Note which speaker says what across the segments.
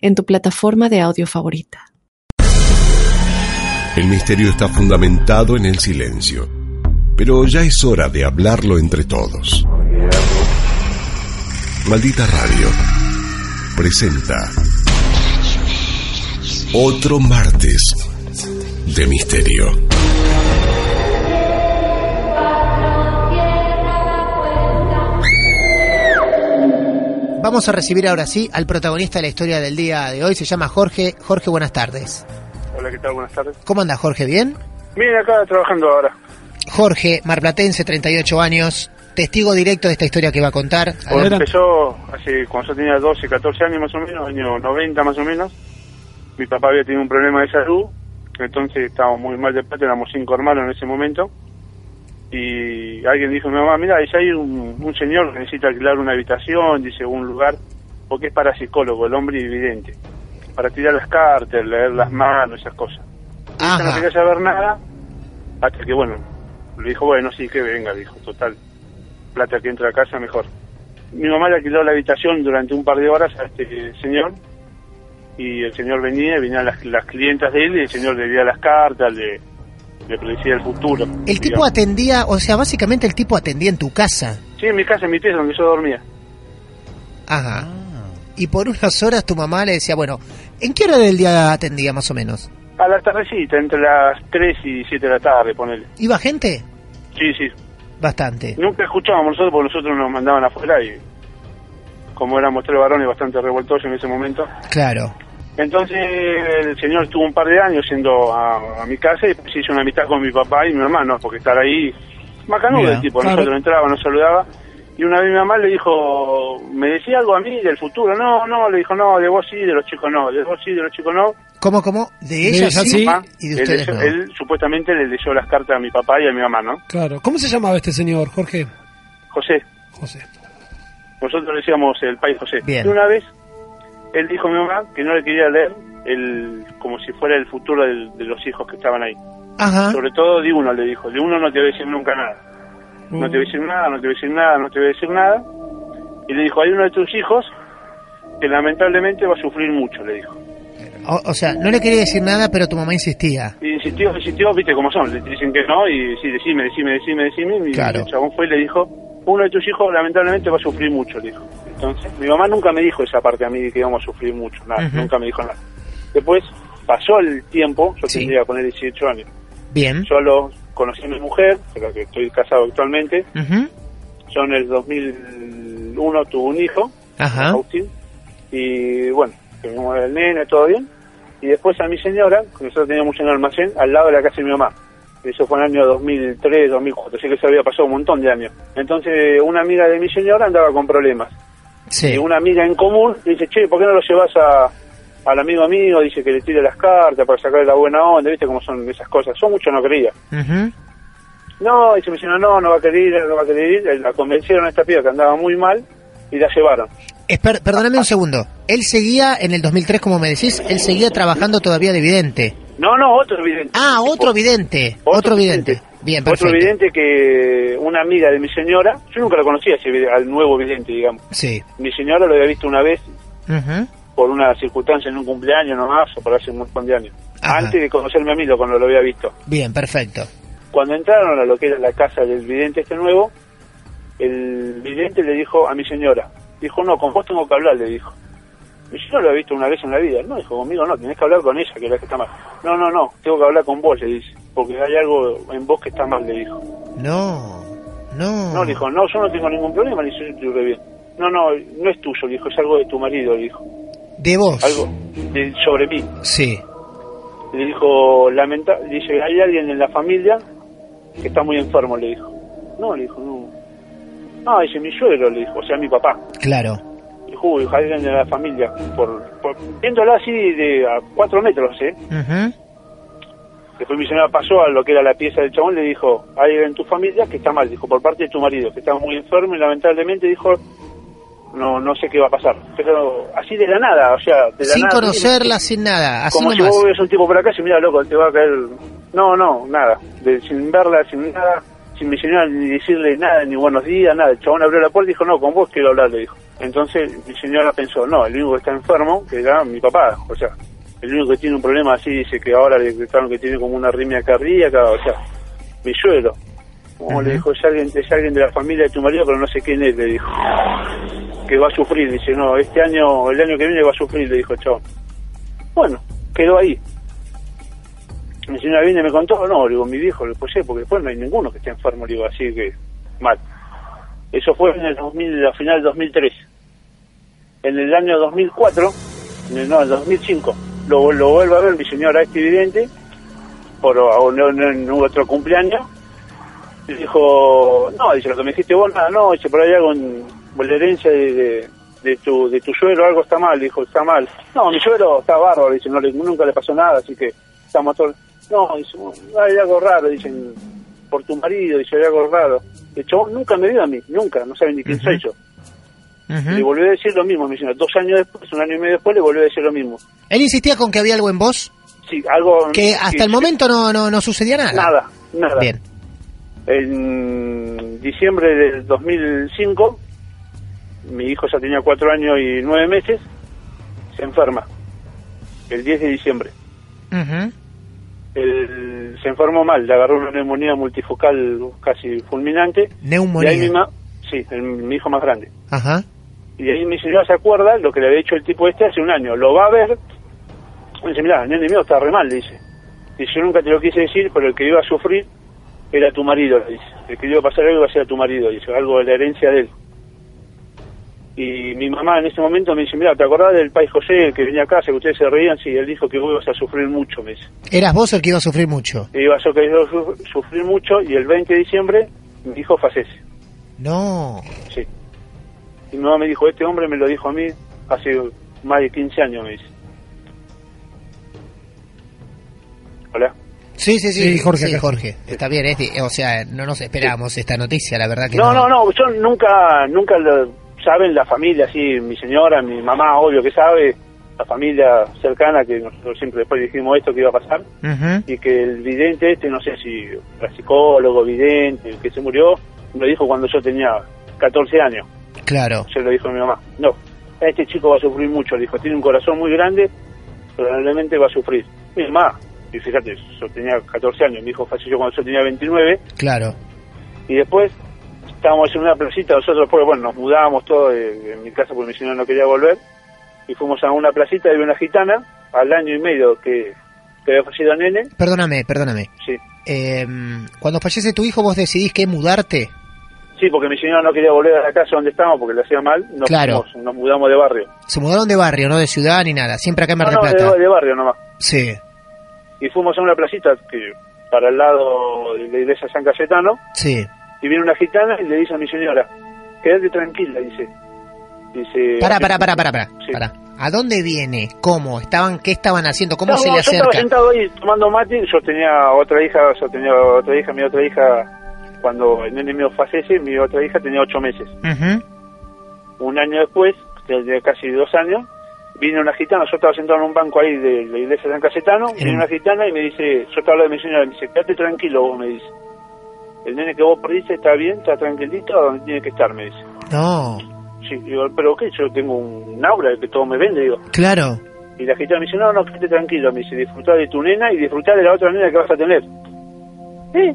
Speaker 1: en tu plataforma de audio favorita.
Speaker 2: El misterio está fundamentado en el silencio, pero ya es hora de hablarlo entre todos. Maldita Radio presenta otro martes de misterio.
Speaker 3: Vamos a recibir ahora sí al protagonista de la historia del día de hoy. Se llama Jorge. Jorge, buenas tardes.
Speaker 4: Hola, ¿qué tal? Buenas tardes.
Speaker 3: ¿Cómo anda Jorge? ¿Bien?
Speaker 4: Bien, acá trabajando ahora.
Speaker 3: Jorge, marplatense, 38 años, testigo directo de esta historia que va a contar. A ver,
Speaker 4: Empezó hace, cuando yo tenía 12, 14 años más o menos, año 90 más o menos. Mi papá había tenido un problema de salud, entonces estábamos muy mal de plata, éramos cinco hermanos en ese momento. Y alguien dijo a mi mamá, mira, ahí hay un, un señor que necesita alquilar una habitación, dice, un lugar, porque es para psicólogo, el hombre evidente, para tirar las cartas, leer las manos, esas cosas. Y ella no
Speaker 3: Ajá.
Speaker 4: quería saber nada, hasta que, bueno, le dijo, bueno, sí, que venga, dijo, total, plata que entra a casa mejor. Mi mamá le alquiló la habitación durante un par de horas a este señor, y el señor venía, venían las, las clientas de él, y el señor le leía las cartas, le, le predecía el futuro.
Speaker 3: El tipo
Speaker 4: digamos.
Speaker 3: atendía, o sea, básicamente el tipo atendía en tu casa.
Speaker 4: Sí, en mi casa, en mi pieza, donde yo dormía.
Speaker 3: Ajá. Y por unas horas tu mamá le decía, bueno, ¿en qué hora del día atendía más o menos?
Speaker 4: A la tardecita, entre las 3 y 7 de la tarde, ponele.
Speaker 3: ¿Iba gente?
Speaker 4: Sí, sí.
Speaker 3: Bastante.
Speaker 4: Nunca escuchábamos nosotros porque nosotros nos mandaban afuera y como éramos tres varones bastante revoltosos en ese momento.
Speaker 3: Claro.
Speaker 4: Entonces el señor estuvo un par de años yendo a, a mi casa y después hizo una amistad con mi papá y mi hermano porque estar ahí macanudo
Speaker 5: Mira,
Speaker 4: el tipo.
Speaker 5: claro.
Speaker 4: Nosotros entraba, nos saludaba y una vez mi mamá le dijo, me decía algo a mí del futuro. No, no, le dijo, no, de vos sí, de los chicos no, de vos sí, de los chicos no.
Speaker 3: ¿Cómo, cómo? De ella
Speaker 5: ella
Speaker 3: sí,
Speaker 5: sí.
Speaker 4: Papá,
Speaker 3: y de
Speaker 4: él
Speaker 3: ustedes
Speaker 4: leyó-
Speaker 3: no.
Speaker 4: él supuestamente le leyó las cartas a mi papá y a mi mamá, ¿no?
Speaker 5: Claro. ¿Cómo se llamaba este señor, Jorge?
Speaker 4: José,
Speaker 5: José.
Speaker 4: nosotros le decíamos el país José.
Speaker 3: Bien.
Speaker 4: Y una vez, él dijo a mi mamá que no le quería leer el, como si fuera el futuro del- de los hijos que estaban ahí.
Speaker 3: Ajá.
Speaker 4: Sobre todo de uno, le dijo. De uno no te voy a decir nunca nada.
Speaker 3: Mm.
Speaker 4: No te voy a decir nada, no te voy a decir nada, no te voy a decir nada. Y le dijo, hay uno de tus hijos que lamentablemente va a sufrir mucho, le dijo.
Speaker 3: O, o sea, no le quería decir nada, pero tu mamá insistía.
Speaker 4: Y insistió, insistió, viste cómo son, le dicen que no, y sí, decime, decime, decime, decime, y
Speaker 3: Claro.
Speaker 4: el chabón fue y le dijo, uno de tus hijos lamentablemente va a sufrir mucho, le dijo. Entonces, mi mamá nunca me dijo esa parte a mí de que íbamos a sufrir mucho, nada,
Speaker 3: Ujú.
Speaker 4: nunca me dijo nada. Después pasó el tiempo, yo
Speaker 3: Sí.
Speaker 4: tendría con él 18 años,
Speaker 3: Bien.
Speaker 4: yo lo conocí a mi mujer, con la que estoy casado actualmente,
Speaker 3: Ujú.
Speaker 4: yo en el 2001 tuve un hijo,
Speaker 3: Ajá.
Speaker 4: Agustín. Y bueno, tuvimos el nene, todo bien. Y después a mi señora, que nosotros teníamos un almacén al lado de la casa de mi mamá. Eso fue en el año 2003, 2004, así que se había pasado un montón de años. Entonces, una amiga de mi señora andaba con problemas.
Speaker 3: Sí.
Speaker 4: Y una amiga en común dice, che, ¿por qué no lo llevas a, al amigo mío? Dice que le tire las cartas para sacarle la buena onda, ¿viste cómo son esas cosas? Yo mucho no creía.
Speaker 3: Ujú.
Speaker 4: No, dice mi señora, no, no va a querer ir, no va a querer ir. La convencieron a esta piba que andaba muy mal y la llevaron.
Speaker 3: Esper- perdóname un segundo. Él seguía en el 2003, como me decís, él seguía trabajando todavía de vidente.
Speaker 4: No, no, otro vidente.
Speaker 3: Ah, otro vidente. Otro, vidente. Bien, perfecto.
Speaker 4: Otro vidente que una amiga de mi señora, yo nunca lo conocía ese vide- al nuevo vidente, digamos.
Speaker 3: Sí.
Speaker 4: Mi señora lo había visto una vez
Speaker 3: Ujú.
Speaker 4: por una circunstancia en un cumpleaños nomás, o por hace un montón de años.
Speaker 3: Ajá.
Speaker 4: Antes de conocerme a mí, lo, cuando lo había visto.
Speaker 3: Bien, perfecto.
Speaker 4: Cuando entraron a lo que era la casa del vidente este nuevo, el vidente le dijo a mi señora, dijo, no, con vos tengo que hablar, le dijo. Mi señora lo había visto una vez en la vida. No, dijo, conmigo no, tenés que hablar con ella, que es la que está mal. No, no, no, tengo que hablar con vos, le dice, porque hay algo en vos que está mal, le dijo.
Speaker 3: No. No.
Speaker 4: No, le dijo, no, yo no tengo ningún problema, le dijo, yo estoy re bien. No, no, no es tuyo, le dijo, es algo de tu marido, le dijo.
Speaker 3: De vos.
Speaker 4: Algo de- sobre mí.
Speaker 3: Sí.
Speaker 4: Le dijo, lamenta, dice, hay alguien en la familia que está muy enfermo, le dijo. No, le dijo, no. No, dice mi suegro, le dijo, o sea, mi papá.
Speaker 3: Claro.
Speaker 4: Le dijo, jugo y alguien de la familia, por, por- viéndola así de a cuatro metros, ¿eh?
Speaker 3: Ujú.
Speaker 4: Después mi señora pasó a lo que era la pieza del chabón, le dijo, hay en tu familia que está mal, dijo, por parte de tu marido, que está muy enfermo y lamentablemente dijo, no no sé qué va a pasar. Pero así de la nada, o sea, de la
Speaker 3: Sin
Speaker 4: nada.
Speaker 3: conocerla, sin nada. Así
Speaker 4: Como si
Speaker 3: nomás.
Speaker 4: vos ves un tipo por acá y mira, loco, te va a caer... No, no, nada. De- sin verla, sin nada, sin mi señora ni decirle nada, ni buenos días, nada. El chabón abrió la puerta y dijo, no, con vos quiero hablar, le dijo. Entonces mi señora pensó, no, el único que está enfermo era mi papá, o sea, el único que tiene un problema así, dice que ahora le decretaron que tiene como una arritmia cardíaca, o sea, mi suegro. Como le dijo, es alguien, es alguien de la familia de tu marido, pero no sé quién es, le dijo. Que va a sufrir, dice, no, este año, el año que viene va a sufrir, le dijo el chabón. Bueno, quedó ahí. Mi señora viene y me contó, no, le digo, mi viejo lo escuché, porque después no hay ninguno que esté enfermo, le digo, así que mal. Eso fue en el 2000, a final del 2003. En el año 2004, en el- no, en el 2005, lo, lo vuelvo a ver mi señora, este vidente, por o no- no- en otro cumpleaños, y dijo, no, dice, lo que me dijiste vos, nada, no, dice, por ahí algo en con la herencia de, de, de tu, de tu suegro, algo está mal, dijo, está mal. No, mi suegro está bárbaro, dice, no, le- nunca le pasó nada, así que estamos todos... No, dice, hay algo raro, dicen, por tu marido, dice, hay algo raro. El chabón nunca me vio a mí, nunca, no sabe ni quién soy yo. Le
Speaker 3: Ujú.
Speaker 4: volvió a decir lo mismo, me dijeron, dos años después, un año y medio después, le volvió a decir lo mismo.
Speaker 3: Él insistía con que había algo en vos
Speaker 4: Sí, algo...
Speaker 3: que hasta
Speaker 4: sí,
Speaker 3: el momento no, no, no sucedía nada.
Speaker 4: Nada, nada.
Speaker 3: Bien.
Speaker 4: En diciembre del 2005, mi hijo ya tenía cuatro años y nueve meses, se enferma. El 10 de diciembre.
Speaker 3: Ujú.
Speaker 4: Él se enfermó mal, le agarró una neumonía multifocal casi fulminante. Y ahí mi
Speaker 3: Neumonía.
Speaker 4: ma- sí, el- mi hijo más grande.
Speaker 3: Ajá.
Speaker 4: Y ahí mi señora se acuerda lo que le había dicho el tipo este hace un año. Lo va a ver. Y dice, mirá, el nene mío está re mal, le dice. Dice, yo nunca te lo quise decir, pero el que iba a sufrir era tu marido, le dice. El que le iba a pasar algo iba a ser a tu marido, dice. Algo de la herencia de él. Y mi mamá en ese momento me dice, mira, ¿te acordás del país José, el que venía a casa, que ustedes se reían? Sí, él dijo que vos ibas a sufrir mucho, me dice.
Speaker 3: Eras vos el que iba a sufrir mucho.
Speaker 4: Y iba a ser que yo su- sufrir mucho y el 20 de diciembre mi hijo fallece.
Speaker 3: No.
Speaker 4: Sí. Y mi mamá me dijo, este hombre me lo dijo a mí hace más de 15 años, me dice. Hola.
Speaker 3: Sí, sí, sí.
Speaker 5: Sí, Jorge,
Speaker 3: Sí,
Speaker 5: acá.
Speaker 3: Jorge. Está bien, es de- o sea, no nos esperábamos esta noticia, la verdad que
Speaker 4: No, no, no, yo nunca, nunca lo saben la familia, así, mi señora, mi mamá, obvio que sabe, la familia cercana, que nosotros siempre después dijimos esto que iba a pasar,
Speaker 3: Ujú.
Speaker 4: y que el vidente este, no sé si era psicólogo, vidente, el que se murió, me lo dijo cuando yo tenía 14 años.
Speaker 3: Claro.
Speaker 4: se lo dijo mi mamá. No, este chico va a sufrir mucho, le dijo, tiene un corazón muy grande, probablemente va a sufrir. Mi mamá, y fíjate, yo tenía 14 años, mi hijo falleció cuando yo tenía 29,
Speaker 3: Claro.
Speaker 4: y después estábamos en una placita, nosotros, porque bueno, nos mudábamos todos eh, en mi casa porque mi señora no quería volver, y fuimos a una placita de una gitana, al año y medio que, que había fallecido el nene,
Speaker 3: Perdóname, perdóname.
Speaker 4: sí.
Speaker 3: Eh, cuando fallece tu hijo, vos decidís que mudarte.
Speaker 4: Sí, porque mi señora no quería volver a la casa donde estábamos porque le hacía mal, nos,
Speaker 3: Claro.
Speaker 4: fuimos, nos mudamos de barrio.
Speaker 3: Se mudaron de barrio, no de ciudad ni nada. Siempre acá en Mar
Speaker 4: No,
Speaker 3: del
Speaker 4: no,
Speaker 3: Plata.
Speaker 4: de- de barrio nomás.
Speaker 3: Sí,
Speaker 4: y fuimos a una placita que para el lado de la iglesia San Cayetano
Speaker 3: sí.
Speaker 4: y viene una gitana y le dice a mi señora quédate tranquila dice dice
Speaker 3: Pará, pará, pará, pará, pará.
Speaker 4: Sí.
Speaker 3: pará. ¿A dónde viene? ¿Cómo? ¿Estaban? ¿Qué estaban haciendo? ¿Cómo se
Speaker 4: Estaba-
Speaker 3: le
Speaker 4: yo estaba
Speaker 3: acerca?
Speaker 4: sentado ahí tomando mate yo tenía otra hija yo tenía otra hija mi otra hija cuando el nene mío fallece mi otra hija tenía ocho meses
Speaker 3: Ujú.
Speaker 4: un año después de de casi dos años vino una gitana yo estaba sentado en un banco ahí de la iglesia San Cayetano
Speaker 3: En
Speaker 4: viene
Speaker 3: un-
Speaker 4: una gitana y me dice yo estaba hablando de mi señora me dice quédate tranquilo vos me dice el nene que vos perdiste está bien, está tranquilito, donde tiene que estar, me dice.
Speaker 3: No,
Speaker 4: Sí, digo, pero ¿qué? Yo tengo un aura que todo me vende, digo.
Speaker 3: claro.
Speaker 4: Y la gitana me dice, no, no, quédate tranquilo, me dice, disfrutá de tu nena y disfrutá de la otra nena que vas a tener. ¿Eh?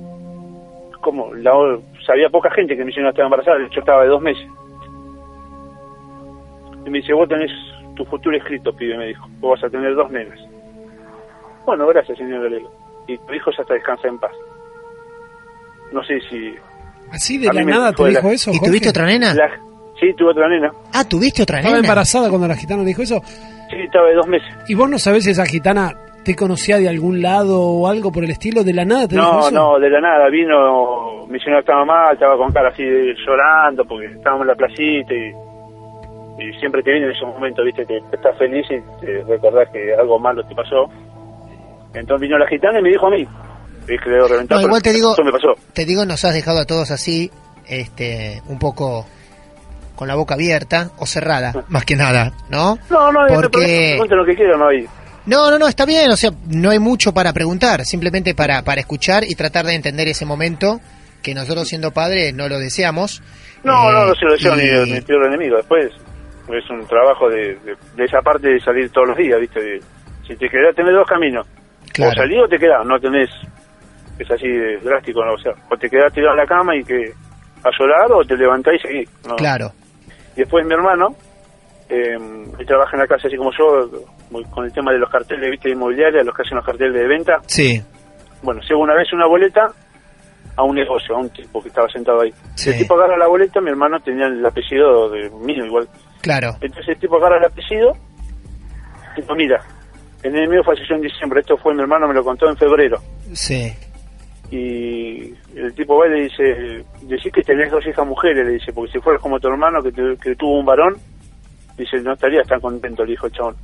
Speaker 4: ¿Cómo? La, o- sabía poca gente que mi señora estaba embarazada, yo estaba de dos meses. Y me dice, vos tenés tu futuro escrito, pibe, me dijo. Vos vas a tener dos nenas. Bueno, gracias, señor Galego. Y tu hijo ya está descansa en paz. No sé si...
Speaker 5: Así de
Speaker 4: A mí
Speaker 5: la
Speaker 4: me
Speaker 5: nada
Speaker 4: dijo
Speaker 5: te
Speaker 4: de la-
Speaker 5: dijo eso.
Speaker 3: ¿Y
Speaker 5: Jorge?
Speaker 3: tuviste otra nena?
Speaker 4: La, sí, tuve otra nena.
Speaker 3: Ah, ¿tuviste otra
Speaker 5: Estaba
Speaker 3: nena?
Speaker 5: embarazada cuando la gitana dijo eso.
Speaker 4: Sí, estaba de dos meses.
Speaker 5: ¿Y vos no sabés si esa gitana te conocía de algún lado o algo por el estilo? ¿De la nada te dijo
Speaker 4: No,
Speaker 5: eso?
Speaker 4: no, de la nada, vino, mi señora estaba mal, estaba con cara así de- llorando porque estábamos en la placita y y siempre te vienen esos momentos, viste, que estás feliz y te recordás que algo malo te pasó. Entonces vino la gitana y me dijo a mí, dije, le debo reventar,
Speaker 3: No, igual te
Speaker 4: porque
Speaker 3: digo,
Speaker 4: eso me pasó.
Speaker 3: te digo, nos has dejado a todos así, este, un poco con la boca abierta o cerrada, más que nada, ¿no?
Speaker 4: No, no,
Speaker 3: Porque-
Speaker 4: porque... lo que quieran ahí.
Speaker 3: No, no, no, está bien, o sea, no hay mucho para preguntar, simplemente para, para escuchar y tratar de entender ese momento que nosotros siendo padres no lo deseamos.
Speaker 4: No,
Speaker 3: Eh,
Speaker 4: no, no se lo
Speaker 3: y-
Speaker 4: deseo ni, ni peor enemigo. Después es un trabajo de, de- de esa parte de salir todos los días, viste. de- si te quedás, tenés dos caminos.
Speaker 3: Claro.
Speaker 4: O salís o te quedás, no tenés. Es así de drástico, ¿no? O sea, o te quedás tirado en la cama y que a llorar o te levantás y seguís. ¿no?
Speaker 3: Claro,
Speaker 4: Y después mi hermano, eh, él trabaja en la casa así como yo, muy- con el tema de los carteles, viste, de inmobiliaria, los que hacen los carteles de venta.
Speaker 3: sí,
Speaker 4: Bueno, llega una vez una boleta a un negocio, a un tipo que estaba sentado ahí.
Speaker 3: Sí.
Speaker 4: El tipo agarra la boleta, mi hermano tenía el apellido de mío igual.
Speaker 3: claro,
Speaker 4: Entonces el tipo agarra el apellido y dijo, mira, el enemigo falleció en diciembre, esto fue mi hermano, me lo contó en febrero.
Speaker 3: sí,
Speaker 4: Y el tipo va y le dice, decís que tenés dos hijas mujeres, le dice, porque si fueras como tu hermano que, tu- que tuvo un varón, dice, no estarías tan contento, le dijo el chabón.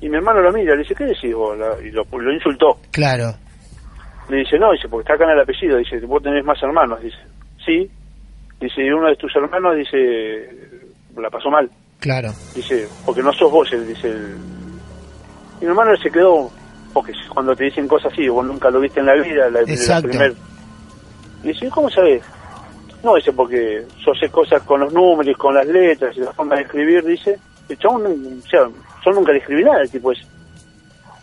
Speaker 4: Y mi hermano lo mira, le dice, ¿qué decís vos? La- Y lo- lo insultó.
Speaker 3: claro,
Speaker 4: Le dice, no, dice, porque está acá en el apellido, dice, vos tenés más hermanos, dice, sí, dice, y uno de tus hermanos, dice, la pasó mal,
Speaker 3: claro,
Speaker 4: dice, porque no sos vos, él dice, el... y mi hermano se quedó, porque cuando te dicen cosas así, vos nunca lo viste en la vida, la, la
Speaker 3: Exacto.
Speaker 4: primer- Dice, "¿Y ¿cómo sabés? No, dice, porque yo sé cosas con los números, con las letras, y la forma de escribir, dice, el chabón, o sea, yo nunca le escribí nada, el tipo ese.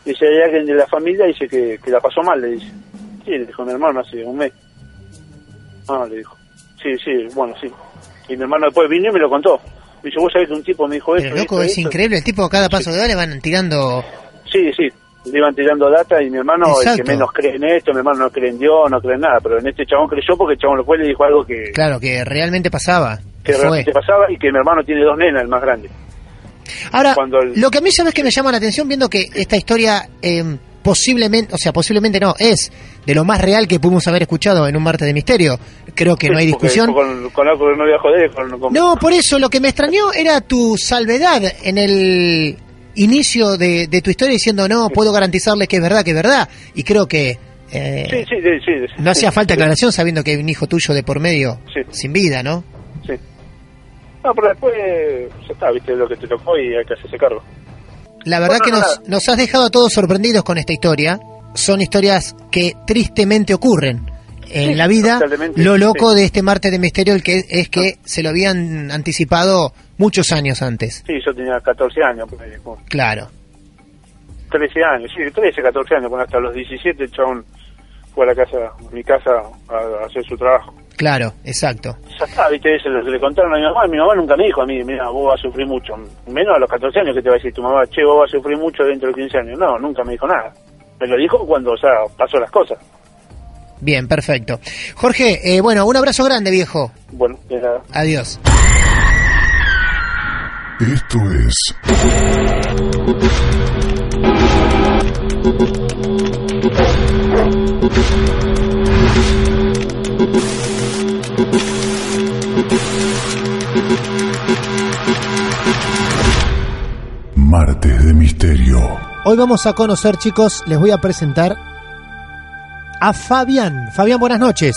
Speaker 4: Dice, hay alguien de la familia, dice que, que la pasó mal, le dice. Sí, le dijo mi hermano hace un mes. Ah, le dijo. Sí, sí, bueno, sí. Y mi hermano después vino y me lo contó. Me dice, vos sabés que un tipo me dijo esto.
Speaker 3: pero loco,
Speaker 4: esto,
Speaker 3: es
Speaker 4: esto".
Speaker 3: increíble, el tipo a cada paso que da le van tirando,
Speaker 4: Sí, sí. Le iban tirando data y mi hermano,
Speaker 3: Exacto.
Speaker 4: el que menos cree en esto, mi hermano no cree en Dios, no cree en nada. Pero en este chabón creyó porque el chabón lo fue y le dijo algo que,
Speaker 3: claro, que realmente pasaba,
Speaker 4: que
Speaker 3: que fue.
Speaker 4: realmente pasaba y que mi hermano tiene dos nenas, el más grande.
Speaker 3: Ahora,
Speaker 4: cuando el-
Speaker 3: lo que a mí sabes que me llama la atención viendo que esta historia eh, posiblemente, o sea, posiblemente no, es de lo más real que pudimos haber escuchado en un martes de misterio. Creo que no hay
Speaker 4: Sí, porque
Speaker 3: discusión.
Speaker 4: Con, con algo que no voy a joder, con, con-
Speaker 3: No, por eso lo que me extrañó era tu salvedad en el inicio de, de tu historia diciendo no, puedo garantizarles que es verdad, que es verdad. Y creo que eh,
Speaker 4: Sí, sí, sí, sí, sí.
Speaker 3: no hacía falta
Speaker 4: Sí.
Speaker 3: aclaración sabiendo que hay un hijo tuyo de por medio
Speaker 4: Sí.
Speaker 3: sin vida, ¿no?
Speaker 4: Sí. No, pero después ya está, viste lo que te tocó y hay que hacerse cargo.
Speaker 3: La verdad
Speaker 4: Bueno,
Speaker 3: que nos,
Speaker 4: nada.
Speaker 3: nos has dejado a todos sorprendidos con esta historia. Son historias que tristemente ocurren en
Speaker 4: Sí,
Speaker 3: la vida.
Speaker 4: totalmente,
Speaker 3: Lo loco
Speaker 4: sí. Ah.
Speaker 3: de este martes de misterio el que es que se lo habían anticipado muchos años antes.
Speaker 4: Sí, yo tenía 14 años, por ahí, como
Speaker 3: Claro,
Speaker 4: 13 años, sí, 13, 14 años, bueno, hasta los 17 el chabón fue a la casa, a mi casa, a, a hacer su trabajo.
Speaker 3: claro, exacto.
Speaker 4: Ya está, viste, eso es lo que le contaron a mi mamá, y mi mamá nunca me dijo a mí, mira, vos vas a sufrir mucho, menos a los 14 años que te va a decir tu mamá, che, vos vas a sufrir mucho dentro de 15 años. No, nunca me dijo nada. Me lo dijo cuando, o sea, pasó las cosas.
Speaker 3: Bien, perfecto. Jorge, eh, bueno, un abrazo grande, viejo.
Speaker 4: Bueno, de nada.
Speaker 3: Adiós.
Speaker 2: Esto es Martes de Misterio.
Speaker 3: Hoy vamos a conocer, chicos, les voy a presentar a Fabián. Fabián, buenas noches.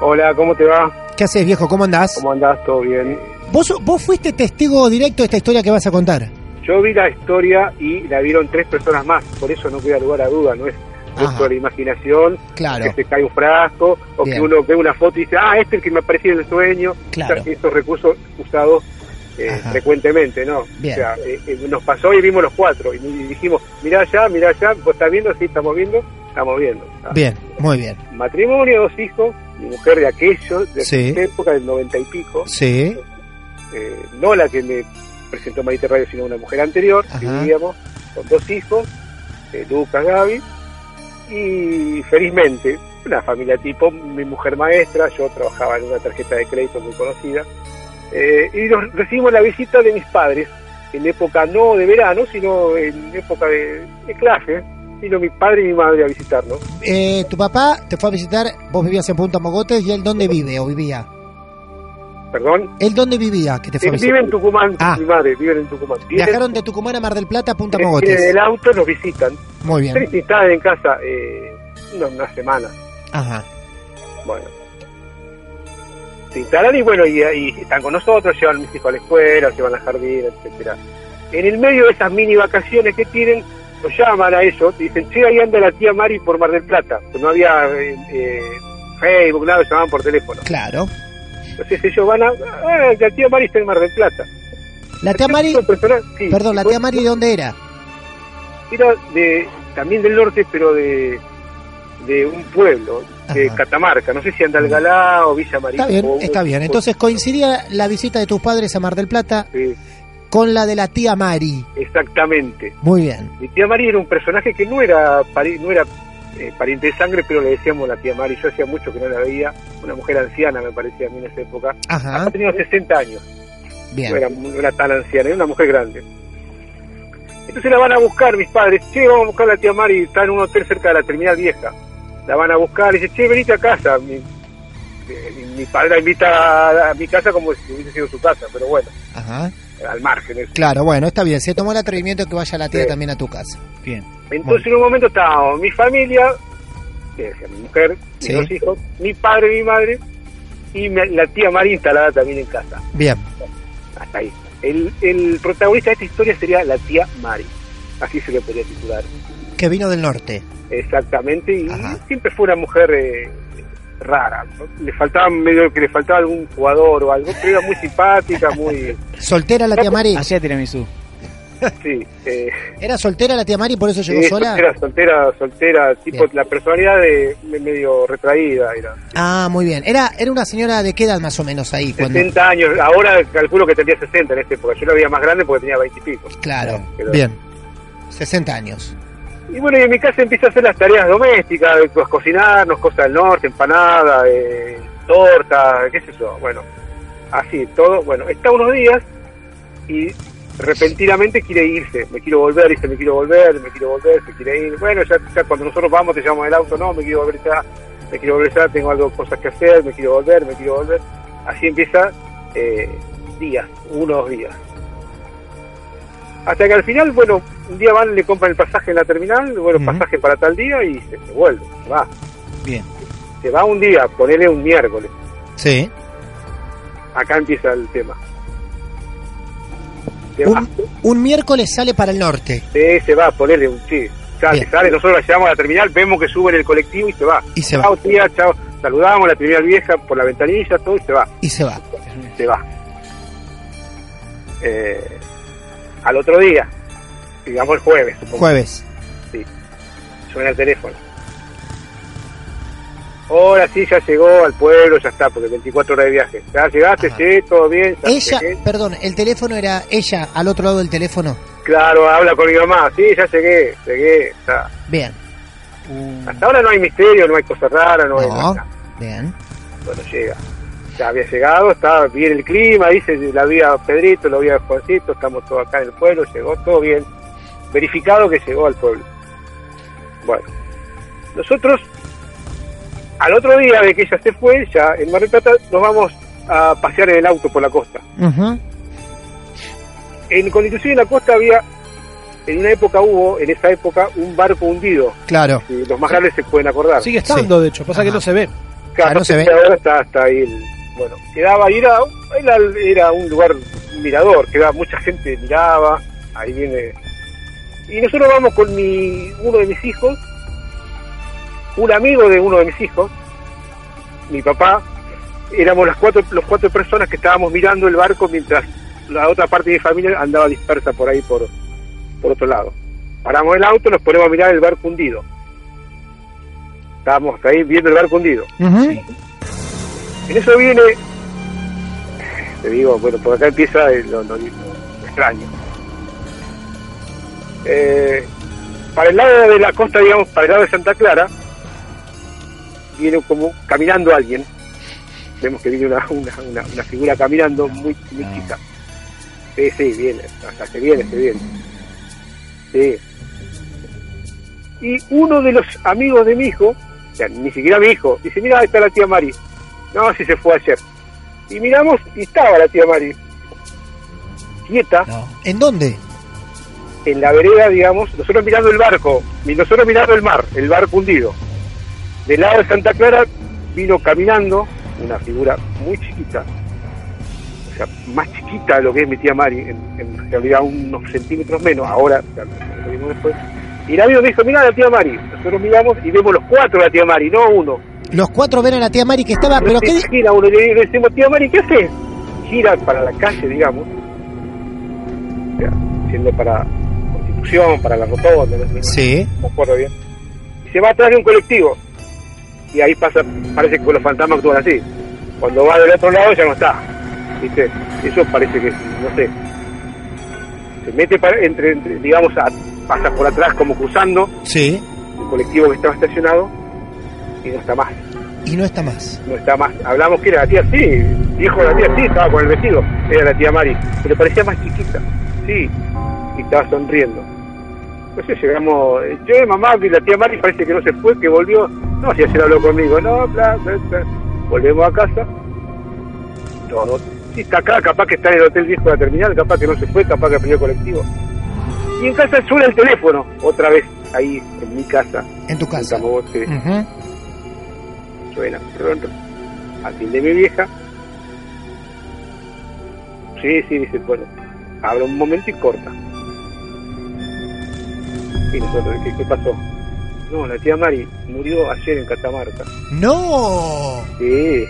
Speaker 6: Hola, ¿cómo te va?
Speaker 3: ¿Qué haces, viejo? ¿Cómo andás?
Speaker 6: ¿Cómo andás? ¿Todo bien?
Speaker 3: ¿Vos, vos fuiste testigo directo de esta historia que vas a contar.
Speaker 6: Yo vi la historia y la vieron tres personas más, por eso no queda lugar a duda, no es no es
Speaker 3: Ajá.
Speaker 6: por la imaginación,
Speaker 3: Claro.
Speaker 6: que se cae un frasco, o
Speaker 3: Bien.
Speaker 6: que uno ve una foto y dice, ah, este es el que me aparecía en el sueño.
Speaker 3: Claro.
Speaker 6: O sea, estos recursos usados eh,
Speaker 3: Ajá.
Speaker 6: frecuentemente, ¿no?
Speaker 3: Bien.
Speaker 6: O sea, eh, eh, nos pasó y vimos los cuatro, y dijimos, mirá allá, mirá allá, ¿vos estás viendo? Sí, estamos viendo, estamos viendo. Ah,
Speaker 3: Bien, muy bien.
Speaker 6: Matrimonio, dos hijos, mi mujer de aquello, de
Speaker 3: Sí.
Speaker 6: aquella época del noventa y pico.
Speaker 3: Sí,
Speaker 6: eh, no la que me presentó Marita Radio, sino una mujer anterior, que
Speaker 3: Ajá.
Speaker 6: vivíamos con dos hijos, eh, Lucas, Gaby, y felizmente, una familia tipo, mi mujer maestra, yo trabajaba en una tarjeta de crédito muy conocida, eh, y nos recibimos la visita de mis padres, en época no de verano, sino en época de, de clase, vino mi padre y mi madre a visitarnos.
Speaker 3: Eh, tu papá te fue a visitar, vos vivías en Punta Mogotes y él dónde vive o vivía.
Speaker 6: Perdón.
Speaker 3: ¿Él dónde vivía? Que te fue
Speaker 6: Eh,
Speaker 3: a visitar?
Speaker 6: Vive en Tucumán,
Speaker 3: Ah.
Speaker 6: mi madre, vive en Tucumán. Vienen,
Speaker 3: Viajaron de Tucumán a Mar del Plata a Punta
Speaker 6: eh,
Speaker 3: Mogotes.
Speaker 6: En el auto nos visitan.
Speaker 3: Muy
Speaker 6: Se
Speaker 3: bien.
Speaker 6: visitan en casa eh, unas, unas semanas.
Speaker 3: Ajá.
Speaker 6: Bueno. Se instalan y bueno, y, y están con nosotros, llevan mis hijos a la escuela, llevan al jardín, etcétera. En el medio de esas mini vacaciones que tienen, los llaman a ellos, y dicen, che, ahí anda la tía Mari por Mar del Plata. Pues no había eh, eh, Facebook, nada, llamaban por teléfono.
Speaker 3: Claro.
Speaker 6: Entonces ellos van a, ah, la tía Mari está en Mar del Plata.
Speaker 3: La tía Mari,
Speaker 6: Otro personaje- sí.
Speaker 3: perdón, la tía
Speaker 6: Bueno,
Speaker 3: Mari de dónde era?
Speaker 6: Era de, también del norte, pero de, de un pueblo, de
Speaker 3: Ajá.
Speaker 6: Catamarca. No sé si Andalgalá o Villa María.
Speaker 3: Está bien,
Speaker 6: o-
Speaker 3: está bien.
Speaker 6: o-
Speaker 3: Entonces coincidía la visita de tus padres a Mar del Plata
Speaker 6: Sí,
Speaker 3: con la de la tía Mari.
Speaker 6: eh, exactamente.
Speaker 3: Muy bien.
Speaker 6: Mi tía Mari era un personaje que no era, pari- no era eh, pariente de sangre, pero le decíamos la tía Mari. Yo hacía mucho que no la veía. Una mujer anciana, me parecía a mí en esa época.
Speaker 3: Ajá,
Speaker 6: Ha tenido 60 años. No
Speaker 3: bien.
Speaker 6: era, no era tan anciana, era una mujer grande. Entonces la van a buscar mis padres. Che, vamos a buscar a la tía Mari, está en un hotel cerca de la terminal vieja. La van a buscar, le dice, che, venite a casa. Mi, eh, mi- mi padre la invita a, a mi casa como si hubiese sido su casa, pero bueno,
Speaker 3: Ajá.
Speaker 6: al margen. eso.
Speaker 3: Claro, bueno, está bien. Se tomó el atrevimiento que vaya la tía
Speaker 6: Sí.
Speaker 3: también a tu casa.
Speaker 5: Bien.
Speaker 6: Entonces en un momento estábamos mi familia, que decía mi mujer, mis
Speaker 3: Sí.
Speaker 6: dos hijos, mi padre, mi madre, y mi- la tía Mari instalada también en casa.
Speaker 3: Bien.
Speaker 6: hasta ahí. El, el protagonista de esta historia sería la tía Mari, así se le podría titular.
Speaker 3: Que vino del norte.
Speaker 6: Exactamente, y
Speaker 3: Ajá.
Speaker 6: siempre fue una mujer eh, rara. ¿no? Le faltaba medio que le faltaba algún jugador o algo, pero era muy simpática, muy.
Speaker 3: ¿Soltera la tía Mari?
Speaker 7: Hacía tiramisú.
Speaker 6: Sí, eh,
Speaker 3: ¿Era soltera la tía Mari por eso llegó
Speaker 6: eh,
Speaker 3: sola?
Speaker 6: soltera, soltera, soltera, tipo
Speaker 3: Bien.
Speaker 6: la personalidad de, de medio retraída era.
Speaker 3: Ah, muy bien. Era, era una señora de qué edad más o menos ahí. Cuando...
Speaker 6: 60 años, ahora calculo que tendría 60 en esta época, yo la veía más grande porque tenía 20 y pico.
Speaker 3: Claro,
Speaker 6: Pero-
Speaker 3: bien. 60 años.
Speaker 6: Y bueno, y en mi casa empieza a hacer las tareas domésticas, eh, pues cocinarnos, cosas del norte, empanada, eh, torta, qué sé yo, bueno, así, todo, bueno, está unos días y repentinamente quiere irse, me quiero volver, dice, me quiero volver, me quiero volver, se quiere ir, bueno, ya, ya cuando nosotros vamos te llamamos el auto, no, me quiero volver ya, me quiero volver ya, tengo algo, cosas que hacer, me quiero volver, me quiero volver, así empieza eh, días, unos días. Hasta que al final, bueno, un día van, le compran el pasaje en la terminal, bueno,
Speaker 7: Ujú.
Speaker 6: pasaje para tal día y se, se vuelve, se va.
Speaker 7: Bien.
Speaker 6: Se va un día, ponele un miércoles.
Speaker 3: Sí.
Speaker 6: Acá empieza el tema. Se va,
Speaker 3: Un, un miércoles sale para el norte
Speaker 6: sí, se va, ponele un sí. Sale,
Speaker 3: Bien.
Speaker 6: sale, nosotros la llevamos a la terminal, vemos que sube en el colectivo y se va.
Speaker 3: y se va.
Speaker 6: Chao, tía, chao. Saludamos la terminal vieja por la ventanilla, todo y se va.
Speaker 3: Y se va.
Speaker 6: se va. Eh, al otro día, digamos el jueves, supongo,
Speaker 3: Jueves.
Speaker 6: suena el teléfono. Ahora sí, ya llegó al pueblo, ya está, porque 24 horas de viaje. Ya llegaste,
Speaker 3: Ajá.
Speaker 6: sí, todo bien. ya
Speaker 3: Ella,
Speaker 6: llegué.
Speaker 3: perdón, el teléfono era ella al otro lado del teléfono.
Speaker 6: Claro, habla con mi mamá, sí, ya llegué, llegué. ya.
Speaker 3: Bien,
Speaker 6: Hasta ahora no hay misterio, no hay cosas raras, no, hay
Speaker 3: No.
Speaker 6: nada.
Speaker 3: bien.
Speaker 6: Bueno, llega. Ya había llegado, estaba bien el clima, dice, la vía Pedrito, la vía Juancito, estamos todos acá en el pueblo, llegó todo bien. Verificado que llegó al pueblo. Bueno, nosotros al otro día de que ella se fue, ya en Mar del Plata, nos vamos a pasear en el auto por la costa.
Speaker 3: Ujú.
Speaker 6: En Constitución y la costa había, en una época hubo, en esa época, un barco hundido,
Speaker 3: Claro.
Speaker 6: si los más grandes se pueden acordar.
Speaker 5: Sigue estando, de hecho, pasa
Speaker 3: Ajá.
Speaker 5: que no se ve.
Speaker 3: Ah, no se ve.
Speaker 6: Ahora está hasta ahí. el- bueno, quedaba, y era, era, era un lugar mirador, quedaba, mucha gente miraba, ahí viene. Y nosotros vamos con mi, uno de mis hijos, un amigo de uno de mis hijos, mi papá, éramos las cuatro, los cuatro personas que estábamos mirando el barco mientras la otra parte de mi familia andaba dispersa por ahí, por, por otro lado. Paramos el auto, nos ponemos a mirar el barco hundido. Estábamos ahí viendo el barco hundido.
Speaker 3: Ujú.
Speaker 6: En eso viene, te digo, bueno, por acá empieza el- lo, lo- lo extraño. Eh, para el lado de la costa, digamos, para el lado de Santa Clara, viene como caminando alguien. Vemos que viene una, una, una- una figura caminando muy, muy chica. Sí, sí, viene, hasta que viene, se viene. Sí. Y uno de los amigos de mi hijo, o sea, ni siquiera mi hijo, dice, mira, ahí está la tía Mari. No, si se fue ayer. Y Y miramos y estaba la tía Mari,
Speaker 3: Ah.
Speaker 6: quieta,
Speaker 5: No.
Speaker 3: ¿En dónde?
Speaker 6: en la vereda, digamos, nosotros mirando el barco, y nosotros mirando el mar, el barco hundido. Del lado de Santa Clara vino caminando una figura muy chiquita, o sea, más chiquita de lo que es mi tía Mari, en, en realidad unos centímetros menos, ahora, ya lo vimos después. Y la vio y dijo, mirá la tía Mari. Nosotros miramos y vemos los cuatro de la tía Mari, no uno.
Speaker 3: Los cuatro ven a la tía Mari que estaba, pero
Speaker 6: Entonces
Speaker 3: ¿qué?
Speaker 6: Este, Gira uno y le decimos, tía Mari, ¿qué haces? Gira para la calle, digamos. O sea, siendo para Constitución, para la Rotonda, no sé,
Speaker 3: Sí.
Speaker 6: no me acuerdo bien. Y se va atrás de un colectivo. Y ahí pasa, parece que con los fantasmas actúan así. Cuando va del otro lado ya no está. ¿Viste? Eso parece que, no sé. Se mete para- entre, entre- digamos, a- pasa por atrás como cruzando
Speaker 3: Sí.
Speaker 6: el colectivo que estaba estacionado y no está más
Speaker 3: Y no está más.
Speaker 6: no está más. Hablamos que era la tía, sí, viejo la tía, sí, estaba con el vestido, era la tía Mari, pero parecía más chiquita, sí, y estaba sonriendo. Entonces llegamos, eh, yo mamá, vi la tía Mari, parece que no se fue, que volvió, no, si ayer habló conmigo, no, bla, bla, bla. volvemos a casa, todo, sí, está acá, capaz que está en el hotel viejo de la terminal, capaz que no se fue, capaz que perdió el colectivo. Y en casa suena el teléfono, otra vez, ahí, en mi casa, eh,
Speaker 3: En tu
Speaker 6: en
Speaker 3: casa.
Speaker 6: Camagote
Speaker 3: Ujú.
Speaker 6: suena, pronto. Atiende mi vieja. Sí, sí, dice, bueno, habla un momento y corta. Y nosotros, ¿qué, qué pasó? No, la tía Mari murió ayer en Catamarca.
Speaker 3: No.
Speaker 6: Sí,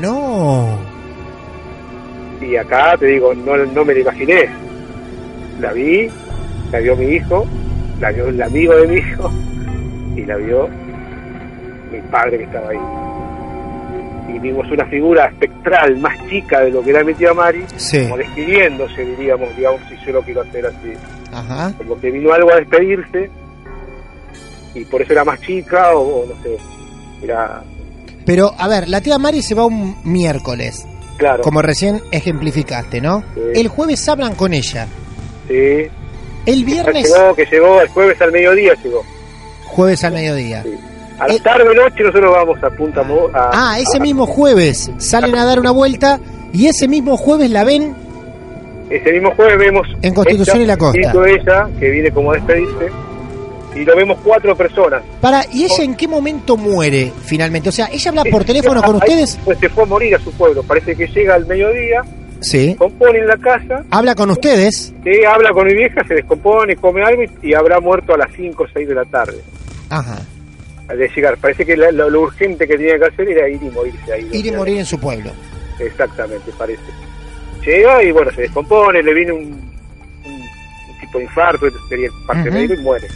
Speaker 3: No.
Speaker 6: y acá te digo, no, no me la imaginé. La vi, la vio mi hijo, la vio el amigo de mi hijo, y la vio mi padre que estaba ahí. Y vimos una figura espectral más chica de lo que era mi tía Mari,
Speaker 3: Sí.
Speaker 6: como despidiéndose, diríamos, digamos, si yo lo quiero hacer así.
Speaker 3: Ajá.
Speaker 6: Como que vino algo a despedirse, y por eso era más chica, o, o no sé, era,
Speaker 3: Pero, a ver, la tía Mari se va un miércoles,
Speaker 6: claro,
Speaker 3: como recién ejemplificaste, ¿no?
Speaker 6: Sí.
Speaker 3: El jueves hablan con ella.
Speaker 6: sí.
Speaker 3: El
Speaker 6: Que
Speaker 3: viernes,
Speaker 6: Llegó, que llegó el jueves al mediodía, llegó.
Speaker 3: jueves al mediodía.
Speaker 6: Sí. A la
Speaker 3: Eh.
Speaker 6: tarde noche nosotros vamos a Punta Mo- a,
Speaker 3: Ah, ese
Speaker 6: a-
Speaker 3: mismo jueves salen a dar una vuelta y ese mismo jueves la ven.
Speaker 6: ese mismo jueves vemos
Speaker 3: En Constitución
Speaker 6: ella,
Speaker 3: y la Costa.
Speaker 6: el grito de ella que viene como a despedirse y lo vemos cuatro personas.
Speaker 3: Para, ¿y ella en qué momento muere finalmente? O sea, ¿ella habla Ah, por teléfono con
Speaker 6: Ahí,
Speaker 3: ustedes?
Speaker 6: Pues se fue a morir a su pueblo. Parece que llega al mediodía,
Speaker 3: Sí.
Speaker 6: compone en la casa,
Speaker 3: ¿Habla con ustedes?
Speaker 6: eh, habla con mi vieja, se descompone, come algo y, y habrá muerto a las 5 o 6 de la tarde
Speaker 3: Ajá.
Speaker 6: al de llegar. Parece que la- lo, lo urgente que tenía que hacer era ir y morirse ahí.
Speaker 3: Ir y
Speaker 6: Era-
Speaker 3: morir en su pueblo.
Speaker 6: Exactamente, parece. Llega y bueno, se descompone, le viene un, un- un tipo de infarto, esto sería el parte
Speaker 3: Ujú.
Speaker 6: médico y muere.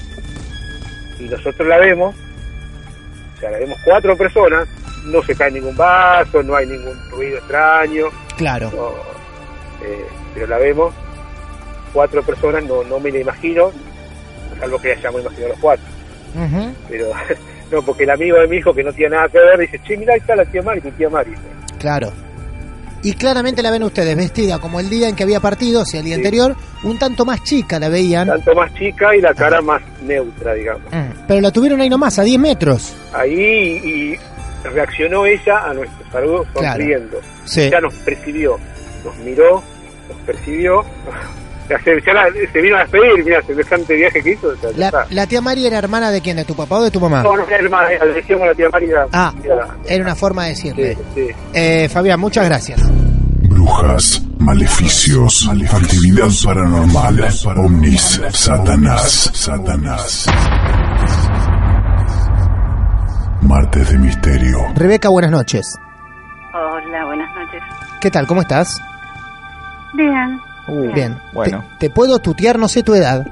Speaker 6: Y nosotros la vemos, o sea, la vemos cuatro personas, no se cae ningún vaso, no hay ningún ruido extraño,
Speaker 3: Claro.
Speaker 6: no, eh, pero la vemos, cuatro personas, no, no me la imagino, salvo que la hayamos imaginado los cuatro
Speaker 3: Ujú.
Speaker 6: pero no, porque el amigo de mi hijo que no tiene nada que ver dice, che, mirá, ahí está la tía Mari, tu tía Mari.
Speaker 3: Claro. Y claramente la ven ustedes vestida como el día en que había partido, o sea, el día
Speaker 6: Sí.
Speaker 3: anterior, un tanto más chica la veían.
Speaker 6: Tanto más chica y la cara más neutra, digamos.
Speaker 3: Mm. Pero la tuvieron ahí nomás, a 10 metros.
Speaker 6: Ahí y reaccionó ella a nuestro saludo
Speaker 3: Claro.
Speaker 6: sonriendo.
Speaker 3: Sí.
Speaker 6: Ya nos percibió, nos miró, nos percibió. Ya se, ya la- se vino a despedir, mira, semejante viaje que hizo. o sea, ya
Speaker 3: La,
Speaker 6: está.
Speaker 3: la tía Mari era hermana de quién, de tu papá o de tu mamá.
Speaker 6: No, no era hermana, era- le decíamos a la tía Mari. Era,
Speaker 3: Ah,
Speaker 6: era-
Speaker 3: era una forma de decirle.
Speaker 6: sí, sí.
Speaker 3: Eh, Fabián, muchas gracias.
Speaker 2: Brujas, maleficios, actividad paranormal, ovnis, Satanás, Satanás. Martes de misterio.
Speaker 3: Rebeca, buenas noches.
Speaker 7: Hola, buenas noches.
Speaker 3: ¿Qué tal? ¿Cómo estás?
Speaker 7: Bien,
Speaker 3: Bien.
Speaker 8: Bueno.
Speaker 3: Te, te puedo tutear, no sé tu edad.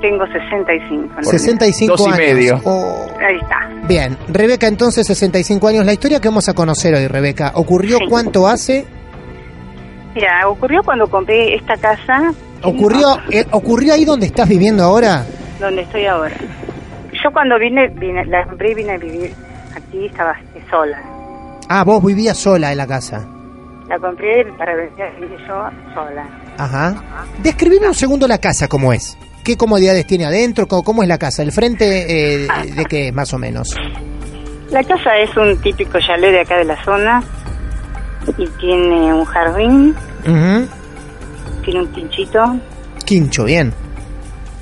Speaker 7: tengo 65. ¿no?
Speaker 3: 65
Speaker 8: Dos y
Speaker 3: años.
Speaker 8: medio.
Speaker 3: Oh.
Speaker 7: Ahí está.
Speaker 3: Bien. Rebeca, entonces, 65 años. La historia que vamos a conocer hoy, Rebeca, ¿ocurrió
Speaker 7: Sí.
Speaker 3: cuánto hace?
Speaker 7: Mira, ocurrió cuando compré esta casa.
Speaker 3: ¿Ocurrió, eh, ¿Ocurrió ahí donde estás viviendo ahora?
Speaker 7: Donde estoy ahora. Yo cuando vine, vine la compré y vine a vivir aquí, estaba sola.
Speaker 3: Ah, vos vivías sola en la casa.
Speaker 7: La compré para venir a vivir yo sola.
Speaker 3: Ajá. Describime un segundo la casa, cómo es. ¿Qué comodidades tiene adentro? ¿Cómo, cómo es la casa? ¿El frente eh, de qué es, más o menos?
Speaker 7: La casa es un típico chalet de acá de la zona y tiene un jardín,
Speaker 3: Ujú.
Speaker 7: tiene un quinchito,
Speaker 3: Quincho, bien.